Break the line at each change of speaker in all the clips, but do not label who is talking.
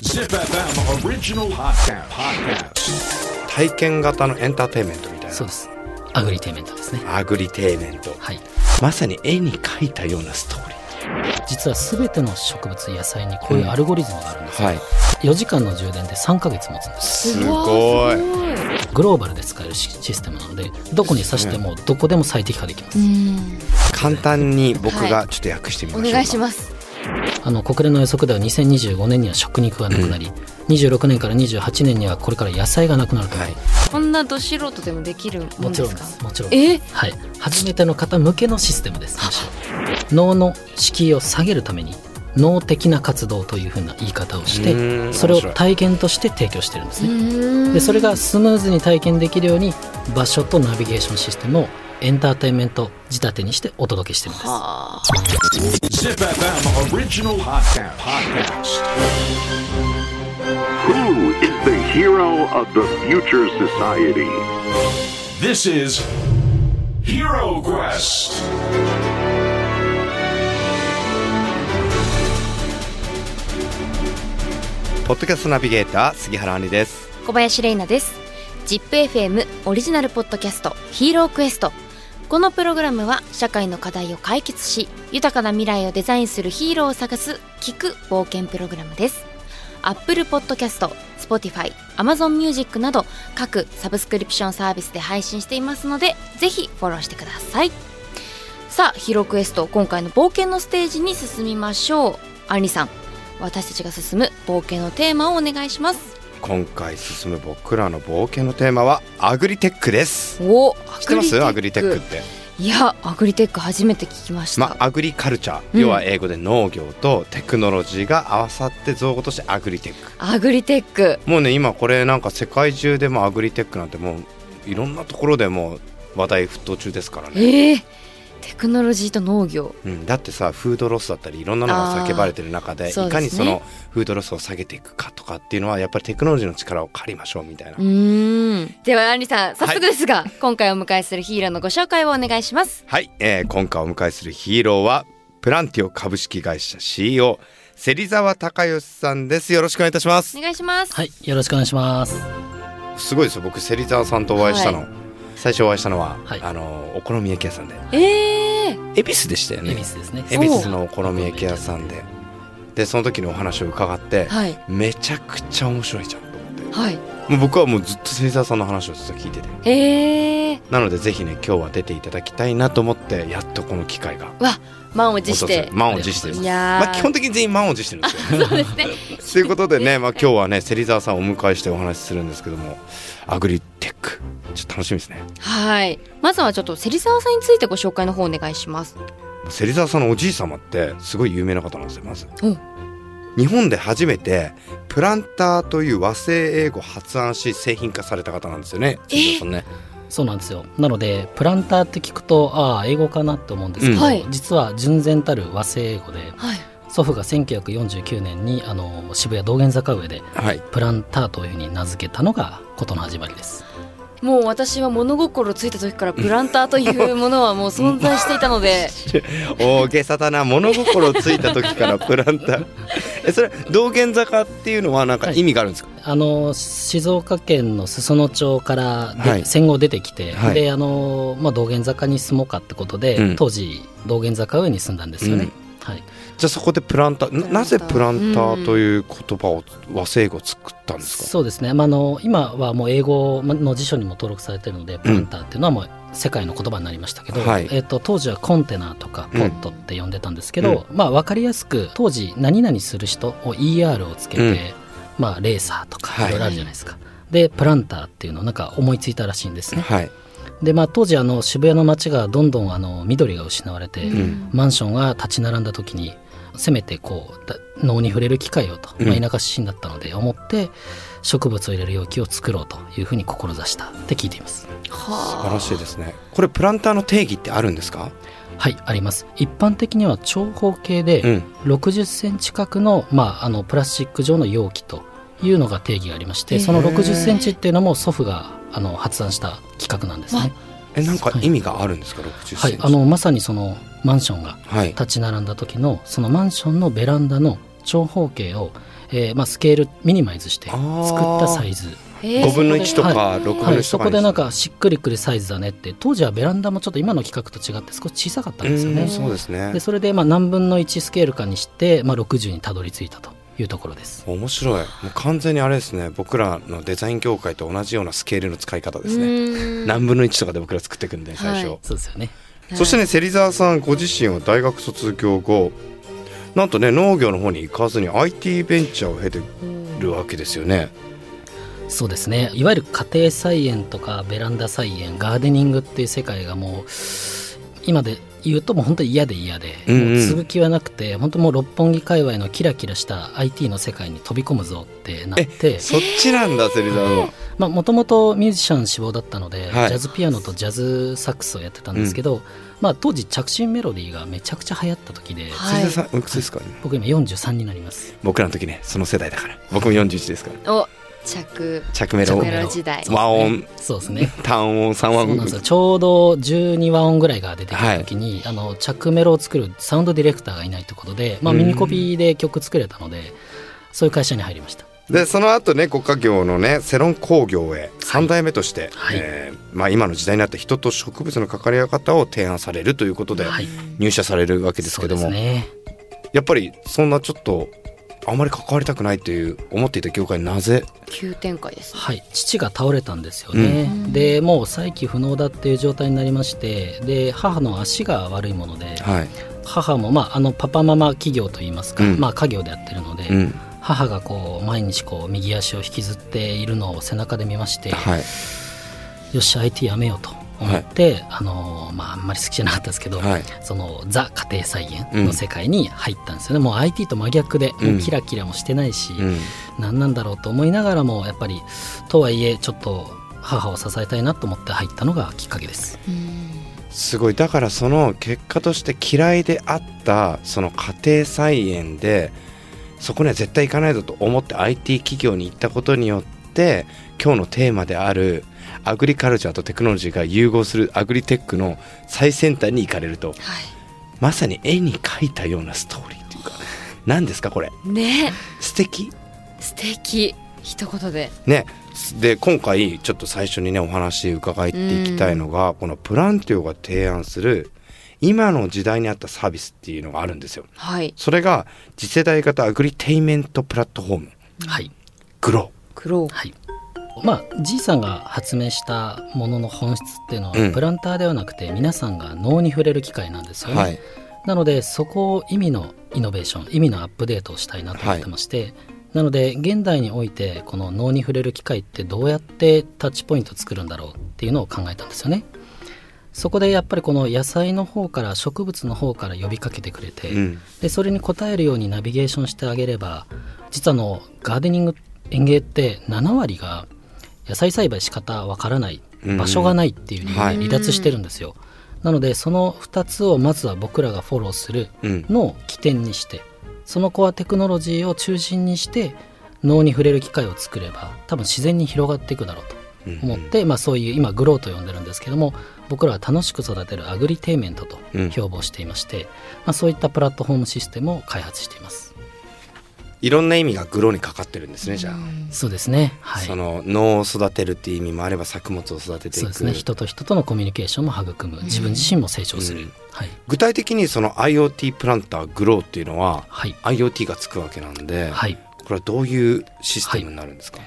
ZipFM Original Podcast. Podcast.
体験型のエンターテインメントみたい
そうですアグリテイメントですね
なアグリテイメント
はい
まさに絵に描いたようなストーリ
実は全ての植物野菜にこういうアルゴリズムがあるんです
ー
よ、
はい
4時間の充電で3ヶ月持つんです
す
ご
ごい
い
グローバルで使えるシシステムなのでどこに挿してもどこでも最適化できます、
うん
簡単に僕がちょっと訳してみましょうか、
お願いします
あの国連の予測では2025年には食肉がなくなり、26年から28年にはこれから野菜がなくなると思う、
はい
こんなど素人でもできるも
も
んですか
ちろんですもちろんです
え
はい、初めての方向けのシステムですむしろ脳の敷居を下げるために脳的な活動というふうな言い方をし
うー
て
ん
それを
面白い
体験として提供してるんですね
で
でそれがスムーズに体験できるように場所とナビゲーションシステムをエンターテインメント仕立てにしてお届けしてるんです
はあ
ZipFM Original Podcast. Podcast.
Who is the hero of the future society?
This is Hero Quest.
ポッドキャストナビゲーター杉原杏里です
小林玲奈です ZIPFM オリジナルポッドキャストヒーロークエストこのプログラムは社会の課題を解決し豊かな未来をデザインするヒーローを探す聞く冒険プログラムですアップルポッドキャスト Spotify、Amazon Music など各サブスクリプションサービスで配信していますのでぜひフォローしてくださいさあヒーロークエスト今回の冒険のステージに進みましょうアンリさん私たちが進む冒険のテーマをお願いします
今回進む僕らの冒険のテーマはアグリテックです
お
知ってますアグリテックって
いやアグリテック初めて聞きました、
まあ、アグリカルチャ
う
ー
ん
要は英語で農業とテクノロジーが合わさって造語としてアグリテック
アグリテック
もうね今これなんか世界中でもアグリテックなんてもういろんなところでもう話題沸騰中ですからね、
ええテクノロジーと農業
うん、だってさフードロスだったりいろんなのが叫ばれてる中で
あー
い
そうです
か
ね
にそのフードロスを下げていくかとかっていうのはやっぱりテクノロジーの力を借りましょうみたいな、
うーんではアンリさん早速ですが、今回お迎えするヒーローのご紹介をお願いします
はい、えー今回お迎えするヒーローはプランティオ株式会社 CEO 芹沢隆義さんですよろしくお願いいたします
お願いします、
はいよろしくお願いします
すごいですよ僕芹沢さんとお会いしたの、
はい
最初お会いしたのは、
はい
あのお好み焼き屋さんで
ええ
恵比寿でしたよ
恵
ね
比寿ですね
恵比寿のお好み焼き屋さんででその時にお話を伺って、
はい
めちゃくちゃ面白いじゃんと思って
はい
もう僕はもうずっと芹沢さんの話をずっと聞いてて
ええ
なのでぜひね今日は出ていただきたいなと思ってやっとこの機会が
わ満を持し
訪れ
て
満を持して
いやー
まあ、基本的に全員満を持してるんですよ
そうですね
ということでね、まあ、今日はね芹沢さんをお迎えしてお話しするんですけどもアグリテックちょっと楽しみですね
はいまずはちょっと芹沢さんについてご紹介の方お願いします
芹沢さんのおじい様ってすごい有名な方なんですよまず
うん
日本で初めてプランターという和製英語を発案し製品化された方なんですよね芹沢さんね
そうなんですよなのでプランターって聞くとああ英語かなって思うんですけど、
うん
はい
実は純然たる和製英語で
はい
祖父が1949年にあの渋谷道玄坂上で
はい
プランターというふうに名付けたのが事の始まりです
もう私は物心ついた時からプランターというものはもう存在していた ので
大げさだな物心ついた時から プランターえそれ道玄坂っていうのはなんか意味があるんですか、
あの静岡県の裾野町からで、
はい
戦後出てきて、
はい
であの、まあ、道玄坂に住もうかってことで、
うん
当時道玄坂上に住んだんですよね、
うん
はい、
じゃあそこでプランターななぜプランターという言葉を和製英語を作ったんですか、
そうですね、まあ、あの今はもう英語の辞書にも登録されてるのでプランターっていうのはもう世界の言葉になりましたけど、
はい
えっと当時はコンテナとかポットって呼んでたんですけど、まあ、分かりやすく当時何々する人を ER をつけて、
うん
まあ、レーサーと
はい
かいろいろあるじゃないですか。でプランターっていうのをなんか思いついたらしいんですね。
はい
でまあ当時あの渋谷の街がどんどんあの緑が失われて、
ん
マンションが立ち並んだ時にせめてこうだ脳に触れる機会をと、
うん
まあ、田舎出身だったので思って植物を入れる容器を作ろうというふうに志したって聞いています
素晴らしいですねこれプランターの定義ってあるんですか
はいあります一般的には長方形
う
で
ん
60センチ角の,、まああのプラスチック状の容器というのが定義がありましてその60センチっていうのも祖父があの発案した企画なんですね
えなんか意味があるんですか60センチ、
はいあのまさにそのマンションが
はい
立ち並んだ時のそのマンションのベランダの長方形を、えーまあ、スケールミニマイズして
あ
作
ー
ったサイズ、
えー
5分の1と
そう
か
な
6
んだ
分の
はい、
1と
そ
か
こ
に
でなんかしっくりくるサイズだねって当時はベランダもちょっと今の企画と違って少し小さかったんですよ
う
ね
ん、そうですね
でそれでまあ何分の1スケールかにして、まあ、60にたどり着いたというところです
面白いもう完全にあれですね僕らのデザイン業界と同じようなスケールの使い方ですね
うーん
何分の1とかで僕ら作っていくんで最初、
はい
そうですよね
そしてね芹沢さんご自身は大学卒業後なんとね農業の方に行かずに IT ベンチャーを経てるわけですよね
そうですねいわゆる家庭菜園とかベランダ菜園ガーデニングっていう世界がもう今で言うともう本当に嫌で嫌で、
うんうん
もう続きはなくて本当もう六本木界隈のキラキラした IT の世界に飛び込むぞってなって
そっちなんだ芹沢は
もともとミュージシャン志望だったので、
はい
ジャズピアノとジャズサックスをやってたんですけど、まあ、当時着信メロディーがめちゃくちゃ流行った時で、
はい
芹沢さんおいくつですか、ね、
僕今43になります
僕らの時ねその世代だから僕も41ですから
お着
着メ
着
ロ
メロ時代
和音
そうですね
単音三
そう
音
なんですよ ちょうど12和音ぐらいが出てきた時に、あの着メロを作るサウンドディレクターがいないということで、まあ、
うん
ミニコピーで曲作れたので、そういう会社に入りました
でその後ね国家業のねセロン工業へ3代目として、
はい
えーまあ、今の時代になって人と植物の関わり方を提案されるということで
はい
入社されるわけですけども、
そうですね
やっぱりそんなちょっとあまり関わりたくないっていう思っていた業界になぜ
急展開ですね
はい、父が倒れたんですよね、でもう再起不能だっていう状態になりましてで母の足が悪いもので、
はい、
母も、まあ、あのパパママ企業といいますか、
うん
まあ、家業でやってるので、
うん
母がこう毎日こう右足を引きずっているのを背中で見 まして、
はい
よし IT やめようと思って、あのーまあ、あんまり好きじゃなかったですけど、
はい
そのザ家庭菜園の世界に入ったんですよね、もう IT と真逆で、
うん
もうキラキラもしてないし、
うん
何なんだろうと思いながらもやっぱりとはいえちょっと母を支えたいなと思って入ったのがきっかけです
すごいだからその結果として嫌いであったその家庭菜園でそこには絶対行かないぞと思って IT 企業に行ったことによって今日のテーマであるアグリカルチャーとテクノロジーが融合するアグリテックの最先端に行かれると
はい
まさに絵に描いたようなストーリーというか何ですかこれ
ね
素敵
素敵一言で
ね、で今回ちょっと最初にねお話伺っていきたいのが、このプランティオが提案する今の時代に合ったサービスっていうのがあるんですよ。
はい
それが次世代型アグリテイメントプラットフォーム
はい
グロ
クロ
はいまあじいさんが発明したものの本質っていうのは、
うん
プランターではなくて皆さんが脳に触れる機会なんですよね、
はい
なのでそこを意味のイノベーション意味のアップデートをしたいなと思ってまして、なので現代においてこの脳に触れる機会ってどうやってタッチポイントを作るんだろうっていうのを考えたんですよねそこでやっぱりこの野菜の方から植物の方から呼びかけてくれて、
うん
でそれに応えるようにナビゲーションしてあげれば実はあのガーデニング園芸って7割が野菜栽培仕方わからない
うん
場所がないっていう理由で
はい
離脱してるんですよ、なのでその2つをまずは僕らがフォローする
うん
のを起点にしてそのコアテクノロジーを中心にして脳に触れる機会を作れば多分自然に広がっていくだろうと思って、まあ、そういう今グローと呼んでるんですけども僕らは楽しく育てるアグリテイメントと
うん
標榜していまして、まあ、そういったプラットフォームシステムを開発しています
いろんな意味がグロにかかってるんですねじゃあ、
そうですねはい
その農を育てるっていう意味もあれば作物を育ててい
そう
く
ですね人と人とのコミュニケーションも育む自分自身も成長する、
うん
はい、
具体的にその IoT プランターグローっていうのは
はい
IoT がつくわけなんで、
はい
これはどういうシステムになるんですか、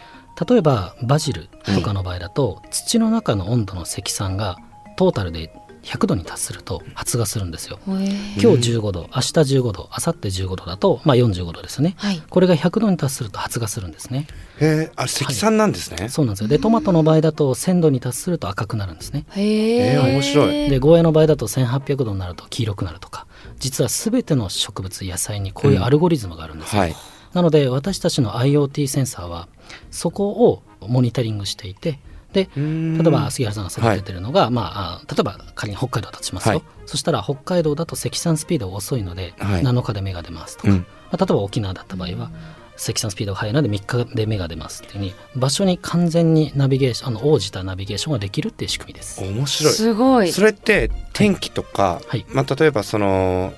例えばバジルとかの場合だと、土の中の温度の積算がトータルで100度に達すると発芽するんですよ
ーへー
今日15度、明日15度明後日15度だと、まあ、45度ですね
はい
これが100度に達すると発芽するんですね
へえ、あ、積算なんですね。
そうなんですよでトマトの場合だと1000度に達すると赤くなるんですね
へ
えー面白い
でゴーヤの場合だと1800度になると黄色くなるとか実は全ての植物野菜にこういうアルゴリズムがあるんですよ、
はい。
なので私たちの IoT センサーはそこをモニタリングしていてで例えば杉原さんが育ててるのが、まあ、あ例えば仮に北海道だとしますよ、
はい
そしたら北海道だと積算スピードが遅いので、
はい
7日で芽が出ますとか、
うん
まあ、例えば沖縄だった場合は積算スピードが速いので3日で芽が出ますっていうふうに場所に完全にナビゲーションあの応じたナビゲーションができるっていう仕組みです。
面白い。
すごい
それって天気とか、
はい
まあ例えばその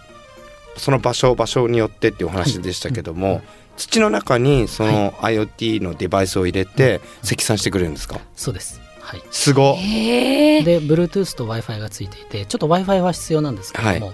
その場所場所によってっていうお話でしたけども、土の中にその IoT のデバイスを入れて積算してくれるんですか
そうですはい
すごっ
へえ
で Bluetooth と w i f i がついていてちょっと w i f i は必要なんですけども、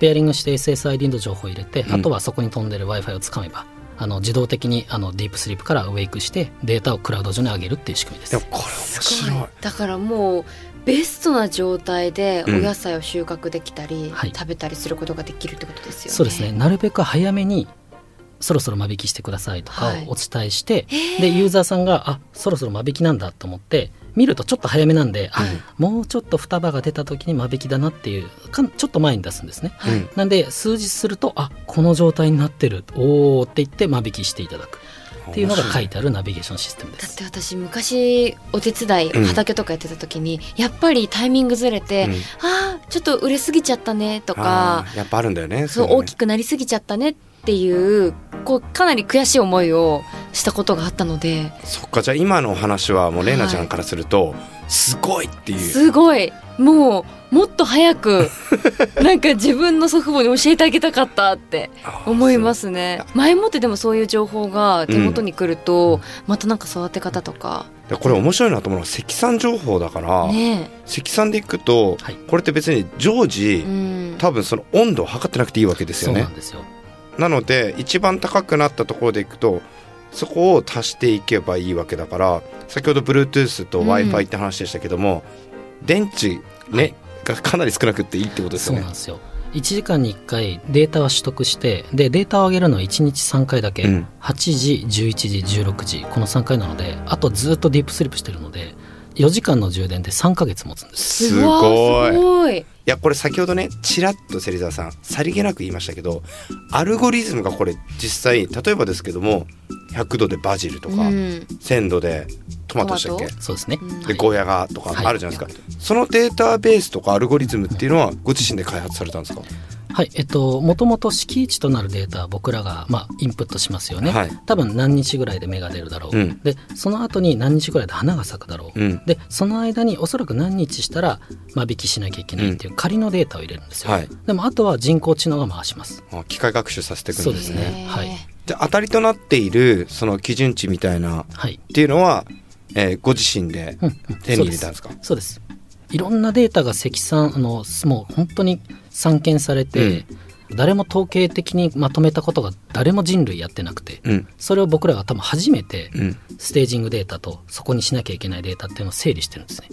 ペアリングして SSID の情報を入れて、あとはそこに飛んでる w i f i をつかめばあの自動的にあのディープスリープからウェイクしてデータをクラウド上に上げるっていう仕組みです
でもこれ面白い
だからもうベストな状態でお
うん
野菜を収穫できたり、
はい
食べたりすることができるってことですよね。
そうですねなるべく早めにそろそろ間引きしてくださいとかを
はい
お伝えして、でユーザーさんがあそろそろ間引きなんだと思って見るとちょっと早めなんで、あもうちょっと双葉が出た時に間引きだなっていうかんちょっと前に出すんですね、
はい
うん
なんで数日するとあこの状態になってるおおって言って間引きしていただくっていうのが書いてあるナビゲーションシステムで
だっ
す
て私昔お手伝い
うん
畑とかやってた時に、やっぱりタイミングずれて、
うん
あーちょっと売れすぎちゃったねとか
あーやっぱあるんだよね
そう
いの
大
ね
きくなりすぎちゃったねっていうこうかなり悔しい思いをしたことがあったので
そっかじゃあ今のお話はもう玲奈ちゃんからすると、すごいっていう
すごいもうもっと 早くなんか自分の祖父母に教えてあげたかったって思いますね前もってでもそういう情報が手元に来ると、またなんか育て方とか
でこれ面白いなと思うのは積算情報だから、
ね
積算でいくと、
はい
これって別に常時、
え、うん、
多分その温度を測ってなくていいわけです
そ
よ
う
ね
なんですよ
なので一番高くなったところでいくとそこを足していけばいいわけだから先ほど Bluetooth と
うん
w i f i って話でしたけども、電池、ねがかなり少なくっていいってことです
そ
よね
うなんですよ1時間に1回データは取得してでデータを上げるのは1日3回だけ、
うん
8時11時16時この3回なのであとずっとディープスリープしてるので4時間の充電で3ヶ月持つんです
す
うわ
ご
ー
い
すごい
いやこれ先ほどねちらっと芹沢さんさりげなく言いましたけどアルゴリズムがこれ実際例えばですけども100度でバジルとか、
うん
1000度でトマトでしたっけ
ト
そうですね、
うん
でゴーヤがとか
はい
あるじゃないですか、そのデータベースとかアルゴリズムっていうのはご自身で開発されたんですか
はいえっともともと敷地となるデータは僕らが、まあ、インプットしますよね、
はい
多分何日ぐらいで芽が出るだろう、
うん
でその後に何日ぐらいで花が咲くだろう、
うん
でその間におそらく何日したら間引きしなきゃいけないっていう仮のデータを入れるんですよ、
はい
でもあとは人工知能が回します
あ機械学習させていくん
そ
で
う
す
で
ね
すね
へー
はい
で当たりとなっているその基準値みたいなっ
はい、
ていうのは、えーご自身で
うんうん
手に入れたんですか、
そうですそうですいろんなデータが積算あのすもう本当に散見されて、誰も統計的にまとめたことが誰も人類やってなくて、
うん
それを僕らが多分初めて、
うん
ステージングデータとそこにしなきゃいけないデータっていうのを整理してるんですね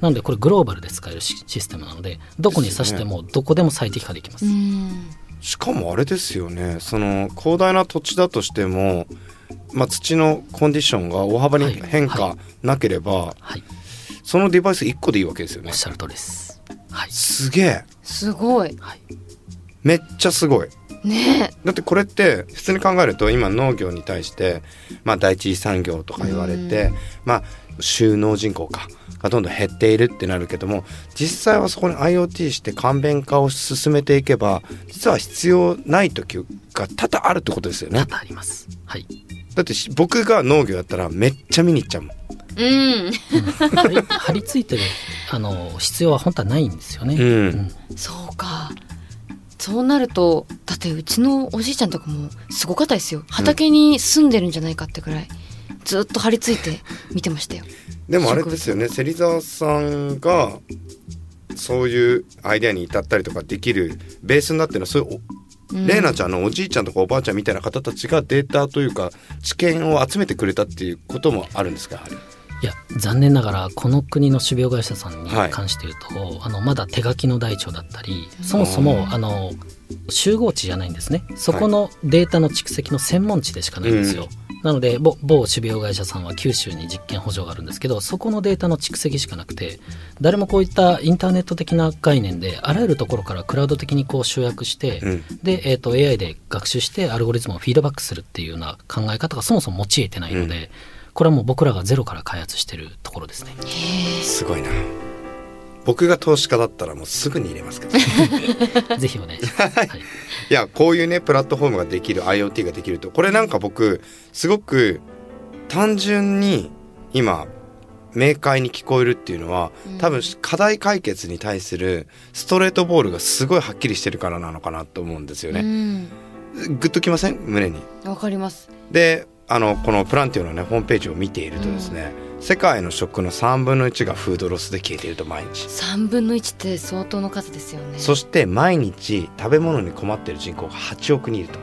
なのでこれグローバルで使えるシシステムなのでどこに挿してもどこでも最適化できます、
うん
しかもあれですよねその広大な土地だとしても、まあ、土のコンディションが大幅に
はい
変化
は
なければ、
はい
そのデバイス1個でいいわけですよ
お
ね
っしゃる通りですはい、
すげえ
すごい
はい、
めっちゃすごい
ね
だってこれって普通に考えると今農業に対して、まあ、第一次産業とか言われて、まあ収納人口かがどんどん減っているってなるけども実際はそこに IoT して簡便化を進めていけば実は必要ない時が多々あるってことですよ
多
ね
々ありますはい
だってし僕が農業やったらめっちゃ見に行っちゃうもん、
うん
貼り貼り付いてるあの必要は本当はないんですよね、
うん
そうかそうなるとだってうちのおじいちゃんとかもすごかったですよ畑に住んでるんじゃないかってぐらい、ずっと張り付いて見てましたよ
でもあれですよね芹沢さんがそういうアイデアに至ったりとかできるベースになってるのはそういうお
うん
レイナちゃんのおじいちゃんとかおばあちゃんみたいな方たちがデータというか知見を集めてくれたっていうこともあるんですかやはり
いや残念ながらこの国の種苗会社さんに
はい
関して言うと、あのまだ手書きの台帳だったりそもそもあの集合地じゃないんですねそこのデータの蓄積の専門地でしかないんですよ、なので某某種苗会社さんは九州に実験補助があるんですけどそこのデータの蓄積しかなくて誰もこういったインターネット的な概念であらゆるところからクラウド的にこう集約して、
うん
で、えー、と AI で学習してアルゴリズムをフィードバックするっていうような考え方がそもそも用いてないので、これはもう僕らがゼロから開発してるところですね。
すごいな僕が投資家だったらもうすぐに入れますけどい
ぜひお願いします。はい、
やこういうねプラットフォームができる IoT ができるとこれなんか僕すごく単純に今明快に聞こえるっていうのは
うん
多分課題解決に対するストレートボールがすごいはっきりしてるからなのかなと思うんですよ
う
ね。
ん
グッときません胸に
わかります
であのこのプランティオの、ね、ホームページを見ているとですね、世界の食の3分の1がフードロスで消えていると毎日
3分の1って相当の数ですよね
そして毎日食べ物に困っている人口が8億人いると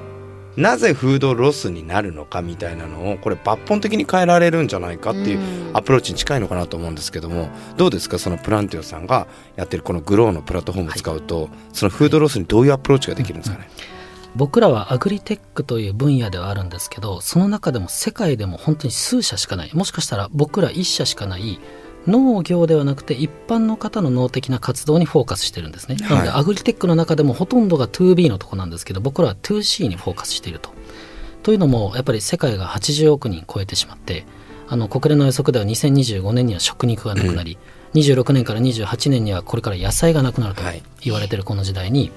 なぜフードロスになるのかみたいなのをこれ抜本的に変えられるんじゃないかっていう
うん
アプローチに近いのかなと思うんですけどもどうですかそのプランティオさんがやってるこのグローのプラットフォームを使うと、そのフードロスにどういうアプローチができるんですかね、
僕らはアグリテックという分野ではあるんですけどその中でも世界でも本当に数社しかないもしかしたら僕ら1社しかない農業ではなくて一般の方の農的な活動にフォーカスしてるんですね、なので
は
アグリテックの中でもほとんどが 2B のとこなんですけど僕らは 2C にフォーカスしているとというのもやっぱり世界が80億人超えてしまってあの国連の予測では2025年には食肉がなくなり、26年から28年にはこれから野菜がなくなると
はい
言われてるこの時代に、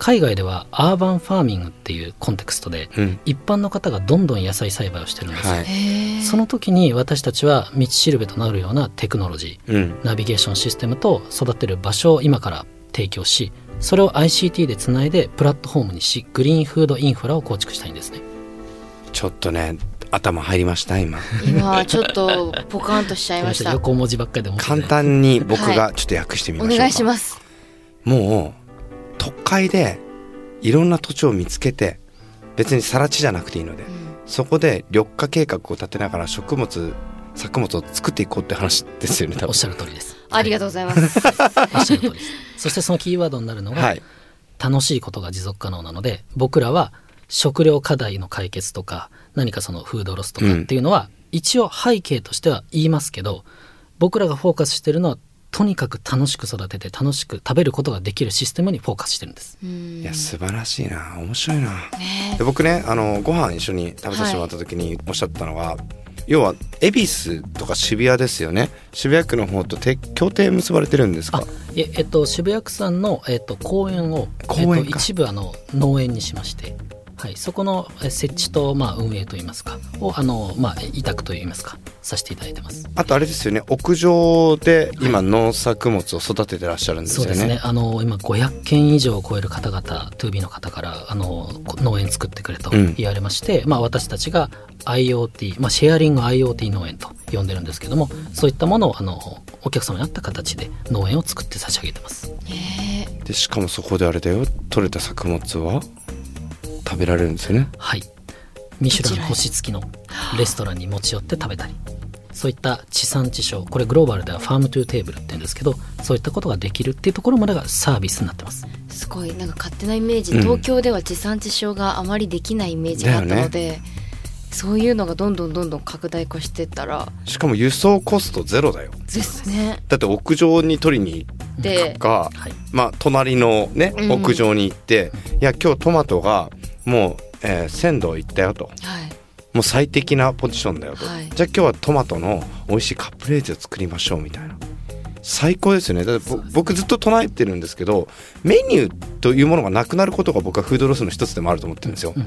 海外ではアーバンファーミングっていうコンテクストで、
うん
一般の方がどんどん野菜栽培をしてるんですよ、
はい、
へえ
その時に私たちは道しるべとなるようなテクノロジー、
うん、
ナビゲーションシステムと育てる場所を今から提供しそれを ICT でつないでプラットフォームにしグリーンフードインフラを構築したいんですね
ちょっとね頭入りました 今
今ちょっとポカンとしちゃいま した
横文字ばっかりで面白い
簡
ね
単に僕がちょっと訳してみま
お
しょうか、
願いします
もう都会でいろんな土地を見つけて別に更地じゃなくていいので、そこで緑化計画を立てながら食物作物を作っていこうって話ですよね多
おっ
分
しゃる通りです
ありがとうござい ます
おっしゃる通りですそしてそのキーワードになるのが、
はい
楽しいことが持続可能なので僕らは食料課題の解決とか何かそのフードロスとかっていうのは、一応背景としては言いますけど僕らがフォーカスしてるのはとにかく楽しく育てて楽しく食べることができるシステムにフォーカスしてるんです。
いや素晴らしいな面白いな、
ね
で僕ねあのご飯一緒に食べさせてもらった時におっしゃったのが、要は恵比寿とか渋谷ですよね渋谷区の方とて協定結ばれてるんです
あ
か
いええっと、渋谷区さんの、えっと、公園を
公園
えっと、
か
一部あの農園にしまして、はい、そこのえ設置と、まあ、運営といいますかをあの、まあ、委託といいますかさせていただいてます。
あとあれですよね屋上で今農作物を育ててらっしゃるんです
そう
よね
ですねあの今500件以上を超える方々 2B の方からあのこ農園作ってくれと
うん
言われまして、まあ、私たちが IoT、まあ、シェアリング IoT 農園と呼んでるんですけどもそういったものをあのお客様に合った形で農園を作って差し上げてます
でしかもそこであれだよ取れた作物は食べられるんですよね
はいミシュラン星付きのレストランに持ち寄って食べたりそういった地産地消これグローバルではファームトゥーテーブルって言うんですけどそういったことができるっていうところまでがサービスになってます
すごいなんか勝手なイメージ、
うん
東京では地産地消があまりできないイメージがあったので、そういうのがどんどんどんどん拡大化してったら
しかも輸送コストゼロだよ
ですね
だって屋上に取りに行
で
くか、
はい
まあ隣のね
うん
屋上に行って、いや今日トマトがもう、えー鮮度行ったよと
はい
もう最適なポジションだよと、
はい
じゃあ今日はトマトの美味しいカップレーゼを作りましょうみたいな最高ですよねだってぼ僕ずっと唱えてるんですけどメニューというものがなくなることが僕はフードロスの一つでもあると思ってるんですよ、
うん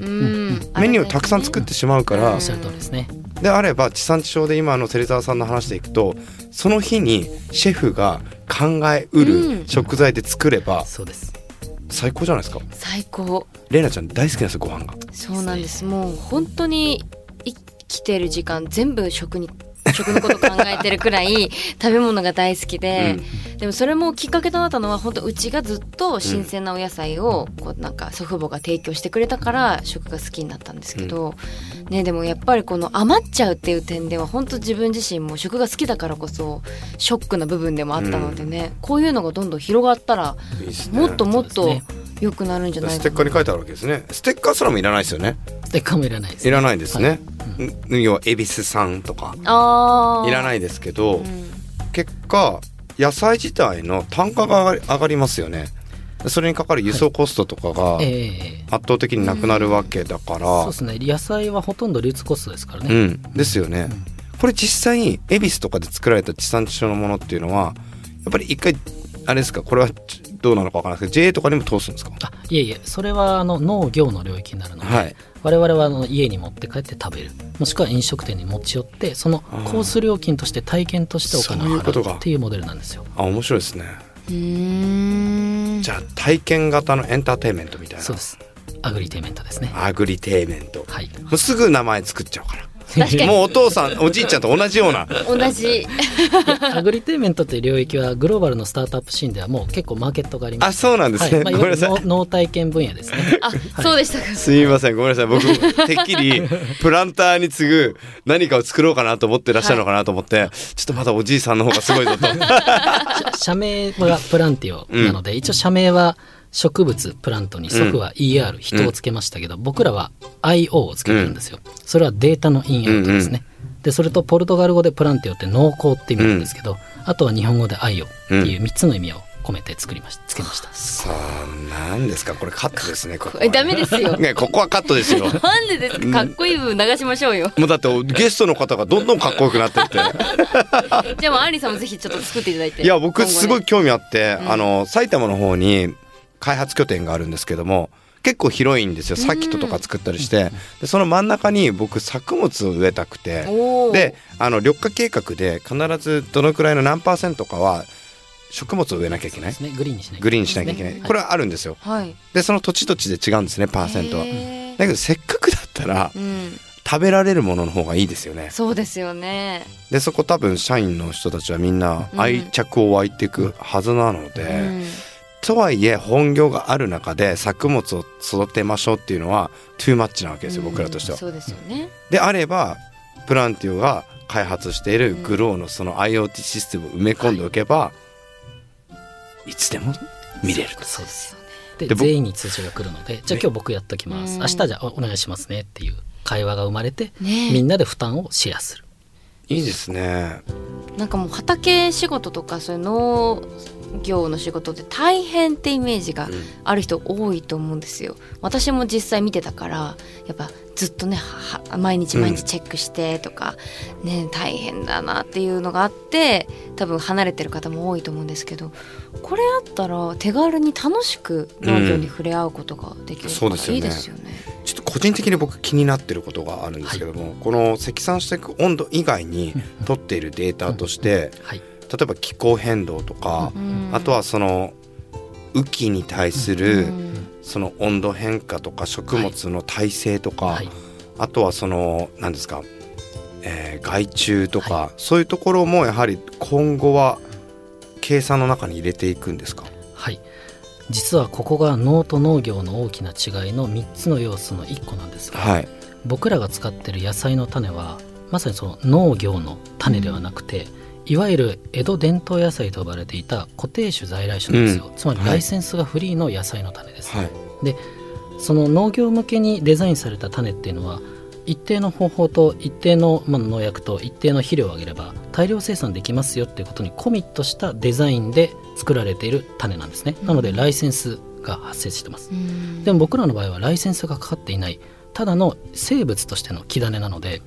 メニューをたくさん作ってしまうから、
おっしゃる通りですね
であれば地産地消で今の芹沢さんの話でいくとその日にシェフが考えう
う
る
ん
食材で作れば
そうです
最高じゃないですか
最高
レイナちゃん大好きなんですよご飯が
そうなんですもう本当に生きてる時間全部食に食のこと考えてるくらい食べ物が大好きで、でもそれもきっかけとなったのは本当うちがずっと新鮮なお野菜をこうなんか祖父母が提供してくれたから食が好きになったんですけど、ね、でもやっぱりこの余っちゃうっていう点では本当自分自身も食が好きだからこそショックな部分でもあったのでね、こういうのがどんどん広がったら
いいですね
もっともっ
そう
と
です
良くなるんじゃない
ス
か
テッカー
な
に書いてあるわけですねステッカーすらもいらないですよね
ステッカーもいらないです
いらないですね、うん要は恵比寿さんとか
あー
いらないですけど、
うん
結果野菜自体の単価が上がり上がりますよねそれにかかる輸送コストとかが
ええ
圧
ええ
倒的になくなるわけだから、
そうですね野菜はほとんど流通コストですから
う
ね、
ん、ですよね、これ実際に恵比寿とかで作られた地産地消のものっていうのはやっぱり一回あれですかこれはちどうなのかわからないですけど JA とかにも通すんですか
あいえいえそれはあの農業の領域になるので、
はい
我々はあの家に持って帰って食べるもしくは飲食店に持ち寄ってそのコース料金として体験としてお金
そうい
を
うこと
払
か
うっていうモデルなんですよ
あ面白いですね
うーん
じゃあ体験型のエンターテインメントみたいな
そうですアグリテイメントですね
アグリテイメント
はい
もうすぐ名前作っちゃうから
確かに
もうお父さんおじいちゃんと同じような
同 じ
アグリテイメントという領域はグローバルのスタートアップシーンではもう結構マーケットがありま
あ
す
そうなんですね、
はいまあ、
ごめんなさい
わゆる農農体験分野ですね
あそうでしたか
すみませんごめんなさい僕 てっきりプランターに次ぐ何かを作ろうかなと思ってらっしゃるのかなと思って、ちょっとまだおじいさんの方がすごいぞと
社社名はプランティオなので、一応社名は植物プラントに祖父は ER、人をつけましたけど僕らは IO をつけてるんですよ、それはデータのインアウトですね、でそれとポルトガル語でプランティオって濃厚って意味なんですけど、あとは日本語で IO っていう3つの意味を込めて作りましたつけました
さあ何ですかこれカットですねここは
えダメですよ
ねここはカットですよ
なんでですかかっこいい部分流しましょうよ
もうだってゲストの方がどんどんかっこよくなってって
じゃあもうアンリさんもぜひちょっと作っていただいて
いや僕すご
い
い興味あって、あの埼玉の方に開発拠点があるんですけども結構広いんですよサーキットとか作ったりしてでその真ん中に僕作物を植えたくて
おー
であの緑化計画で必ずどのくらいの何パーセントかは植物を植えなきゃいけない
ですねグリーンにしない
グリーンにしなきゃいけない、これはあるんですよ
はい
でその土地土地で違うんですねパーセントはだ
へー
けどせっかくだったら
うん
食べられるものの方がいいですよね
そうですよね
でそこ多分社員の人たちはみんな
うん
愛着を湧いていくはずなので、とはいえ本業がある中で作物を育てましょうっていうのはトゥーマッチなわけですよ僕らとしては。
そうですよね
であればプランティオが開発しているグローのその IoT システムを埋め込んでおけば、い、つでも見れると
そうですで
で僕
全員に通知が来るのでじゃあ今日僕やっときます、
うん
明日じゃあおお願いしますねっていう会話が生まれて、
ねえ
みんなで負担をシェアする
いいですね
なんかもう畑仕事とかそういう農業の仕事って大変ってイメージがある人多いと思うんですよ。私も実際見てたからやっぱずっとねはは毎日毎日チェックしてとか、ね大変だなっていうのがあって多分離れてる方も多いと思うんですけどこれあったら手軽に楽しく農業に触れ合うことができる
そ
か
うで
ら
すよ
い
ね
いですよね。
ちょっと個人的に僕気になってることがあるんですけども、この積算していく温度以外に取っているデータとして
はい
例えば気候変動とか、
うん
あとはその雨季に対する、
うん
その温度変化とか食物の耐性とか、
はい
あとはその何ですか、えー害虫とか、そういうところもやはり今後は計算の中に入れていくんですか
はい実はここが農と農業の大きな違いの3つの要素の1個なんですが、
はい
僕らが使ってる野菜の種はまさにその農業の種ではなくて、いわゆる江戸伝統野菜と呼ばれていた固定種在来種なんですよ、
うん
つまり
はい
ライセンスがフリーの野菜の種です、
はい
でその農業向けにデザインされた種っていうのは一定の方法と一定のまあ農薬と一定の肥料をあげれば大量生産できますよっていうことにコミットしたデザインで作られている種なんですねなのでライセンスが発生してます
うん
でも僕らの場合はライセンスがかかっていないただの生物としての木種なので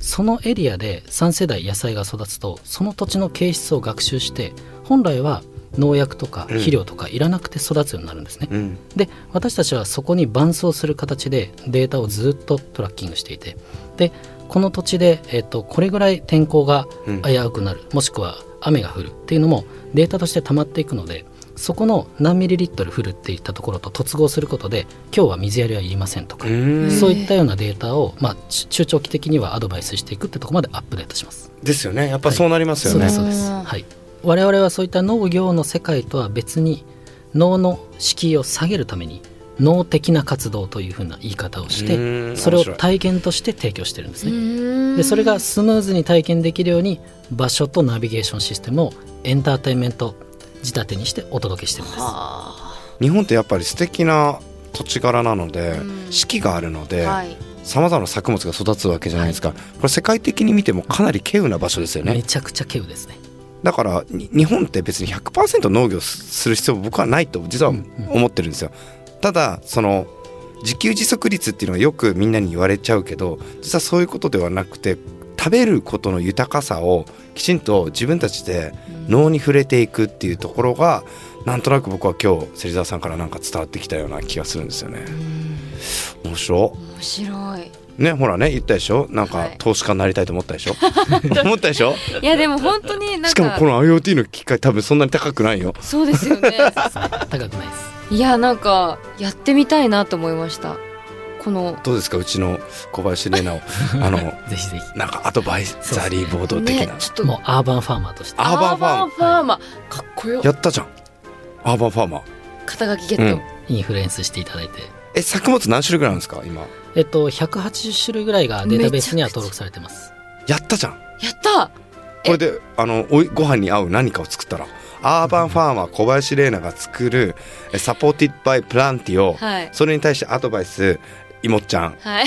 そのエリアで3世代野菜が育つとその土地の形質を学習して本来は農薬とか肥料とかいらなくて育つようになるんですね、
うん
で私たちはそこに伴走する形でデータをずっとトラッキングしていてでこの土地で、えっとこれぐらい天候が危うくなる、もしくは雨が降るっていうのもデータとして溜まっていくのでそこの何ミリリットル降るっていったところと突合することで今日は水やりはいりませんとか、
うーん
そういったようなデータを、まあ、ち中長期的にはアドバイスしていくってところまでアップデートします。
ですよねやっぱそうなりますよね、
そうですそう
うん
です、はい、我々はそういった農業の世界とは別に農の敷居を下げるために農的な活動というふうな言い方をし
うーん
てそれを
面白い
体験として提供してるんですね
うん
でそれがスムーズに体験できるように場所とナビゲーションシステムをエンターテインメント仕立てにしてお届けしてるんです
は
日本ってやっぱり素敵な土地柄なので、
うん
四季があるの
あ
で、
はい
さまざまな作物が育つわけじゃないですか、これ世界的に見てもかなり稀有な場所ですよね
めちゃくちゃ稀有ですね
だからに日本って別に100%農業すする必要も僕はないと実は思ってるんですよ。ただその自給自足率っていうのはよくみんなに言われちゃうけど実はそういうことではなくて食べることの豊かさをきちんと自分たちで脳に触れていくっていうところがなんとなく僕は今日芹沢さんからなんか伝わってきたような気がするんですよね。面白
面白い
ねほらね言ったでしょなん
は
か
い
投資家になりたいと思ったでしょ思ったでしょ
いやでも本当になん
しかも
か
この IoT の機械多分そんなに高くないよ
そうですよね
高くないです
いやなんかやってみたいなと思いましたこの
どうですかうちの小林玲奈 をあの
ぜひぜひ
なんかアドバイザリーボード的
ね
な、
ちょっと
もうアーバンファーマーとして
アーバンファーマー
ファーマーかっこよ
やったじゃんアーバンファーマー
肩書きゲット、
うん
インフルエンスしていただいて
え作物何種類ぐらいなんですか今
えっと180種類ぐらいがデータベースには登録されてます
やったじゃん
やった
これであのおいご飯に合う何かを作ったらアーバンファーマー小林玲奈が作るえサポーティッドバイプランティオ、
はい
それに対してアドバイスいもっちゃん
はい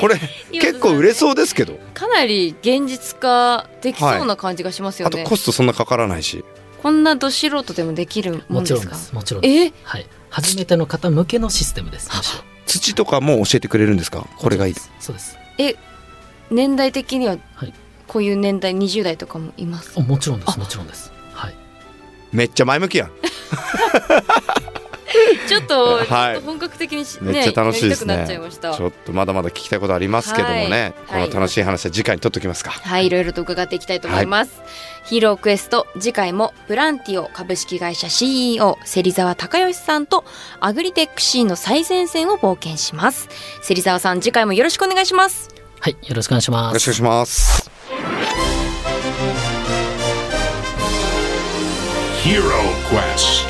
こ れ
今
結構売れそうですけど
かなり現実化できそうな感じがしますよ
あ
ね、
とコストそんなかからないし
こんなど素人でもできる
も
もん
ち
で
ろ
す
ん
か
ですもちろんです
え
はい初めての方向けのシステムですむしろ
土とかも教えてくれるんですかこれがいい
そうです
え年代的には
はい
こういう年代20代とかもい ます
あもちろんですもちろんですはい
めっちゃ前向きやん
ちょっと,、
はい
ちょっと本格的にしね
めっちゃ楽しいですね
やりたくなっちゃいました
ちょっとまだまだ聞きたいことありますけどもね、
はい
この楽しい話は次回にとっときますか
はい、いろいろと伺っていきたいと思います。ヒーロークエスト、次回もプランティオ株式会社 CEO、芹沢隆義さんとアグリテック C の最前線を冒険します。芹沢さん、次回もよろしくお願いします。
はいよろしくお願いしま
よ
す
ろしくお願いします。
Hero Quest.